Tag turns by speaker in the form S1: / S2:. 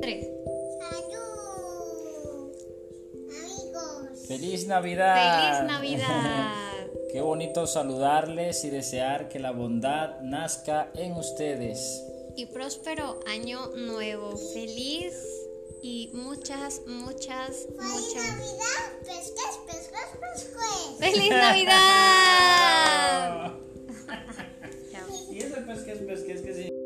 S1: Tres.
S2: Salud. Amigos.
S3: ¡Feliz Navidad!
S1: ¡Feliz Navidad!
S3: Qué bonito saludarles y desear que la bondad nazca en ustedes.
S1: Y próspero año nuevo. Feliz y muchas, muchas,
S2: Feliz
S1: muchas.
S2: Navidad. Pescas, pescas, pescas.
S1: ¡Feliz Navidad! Ya.
S3: ¿Y ese pesqués, pesqués pues, que sí?